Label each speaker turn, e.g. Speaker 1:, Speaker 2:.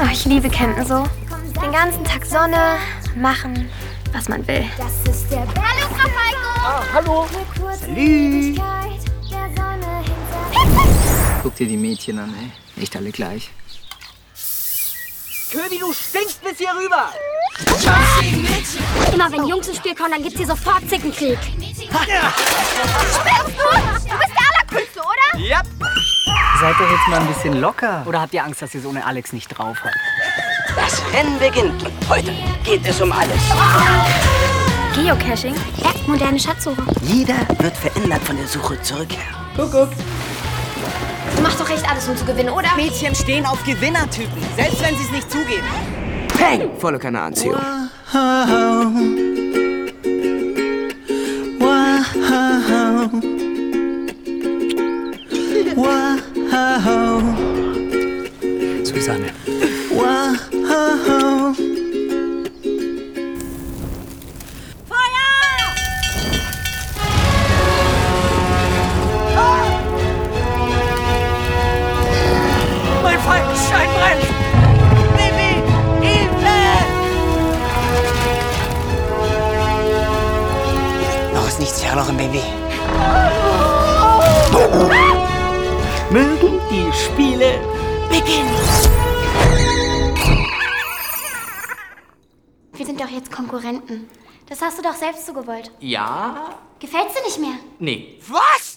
Speaker 1: Oh, ich liebe Campen so. Den ganzen Tag Sonne, machen, was man will.
Speaker 2: Das ist der Hallo, Frau Heiko!
Speaker 3: Hallo.
Speaker 2: Salü!
Speaker 4: Guck dir die Mädchen an, ey. Nicht alle gleich.
Speaker 3: Ködi, du stinkst bis hier rüber.
Speaker 5: Immer wenn Jungs ins Spiel kommen, dann gibt's hier sofort Zickenkrieg.
Speaker 2: Spinnst du? Du bist der Allercoolste, oder?
Speaker 3: Ja.
Speaker 4: Seid doch jetzt mal ein bisschen locker.
Speaker 6: Oder habt ihr Angst, dass ihr es ohne Alex nicht drauf habt?
Speaker 7: Das Rennen beginnt und heute geht es um alles.
Speaker 1: Geocaching?
Speaker 5: Ja, moderne Schatzsuche.
Speaker 7: Jeder wird verändert von der Suche zur Rückkehr.
Speaker 2: Du machst doch echt alles, um zu gewinnen, oder?
Speaker 6: Mädchen stehen auf Gewinnertypen, selbst wenn sie es nicht zugeben.
Speaker 7: Peng! Volle Kanne Anziehung.
Speaker 4: Susanne.
Speaker 3: Mein Falkenstein brennt. Mimi, Hilfe!
Speaker 7: Noch ist nichts Jahr noch im Baby.
Speaker 3: Mögen die Spiele
Speaker 2: Wir sind doch jetzt Konkurrenten. Das hast du doch selbst so gewollt.
Speaker 3: Ja?
Speaker 2: Gefällt's dir nicht mehr?
Speaker 3: Nee. Was?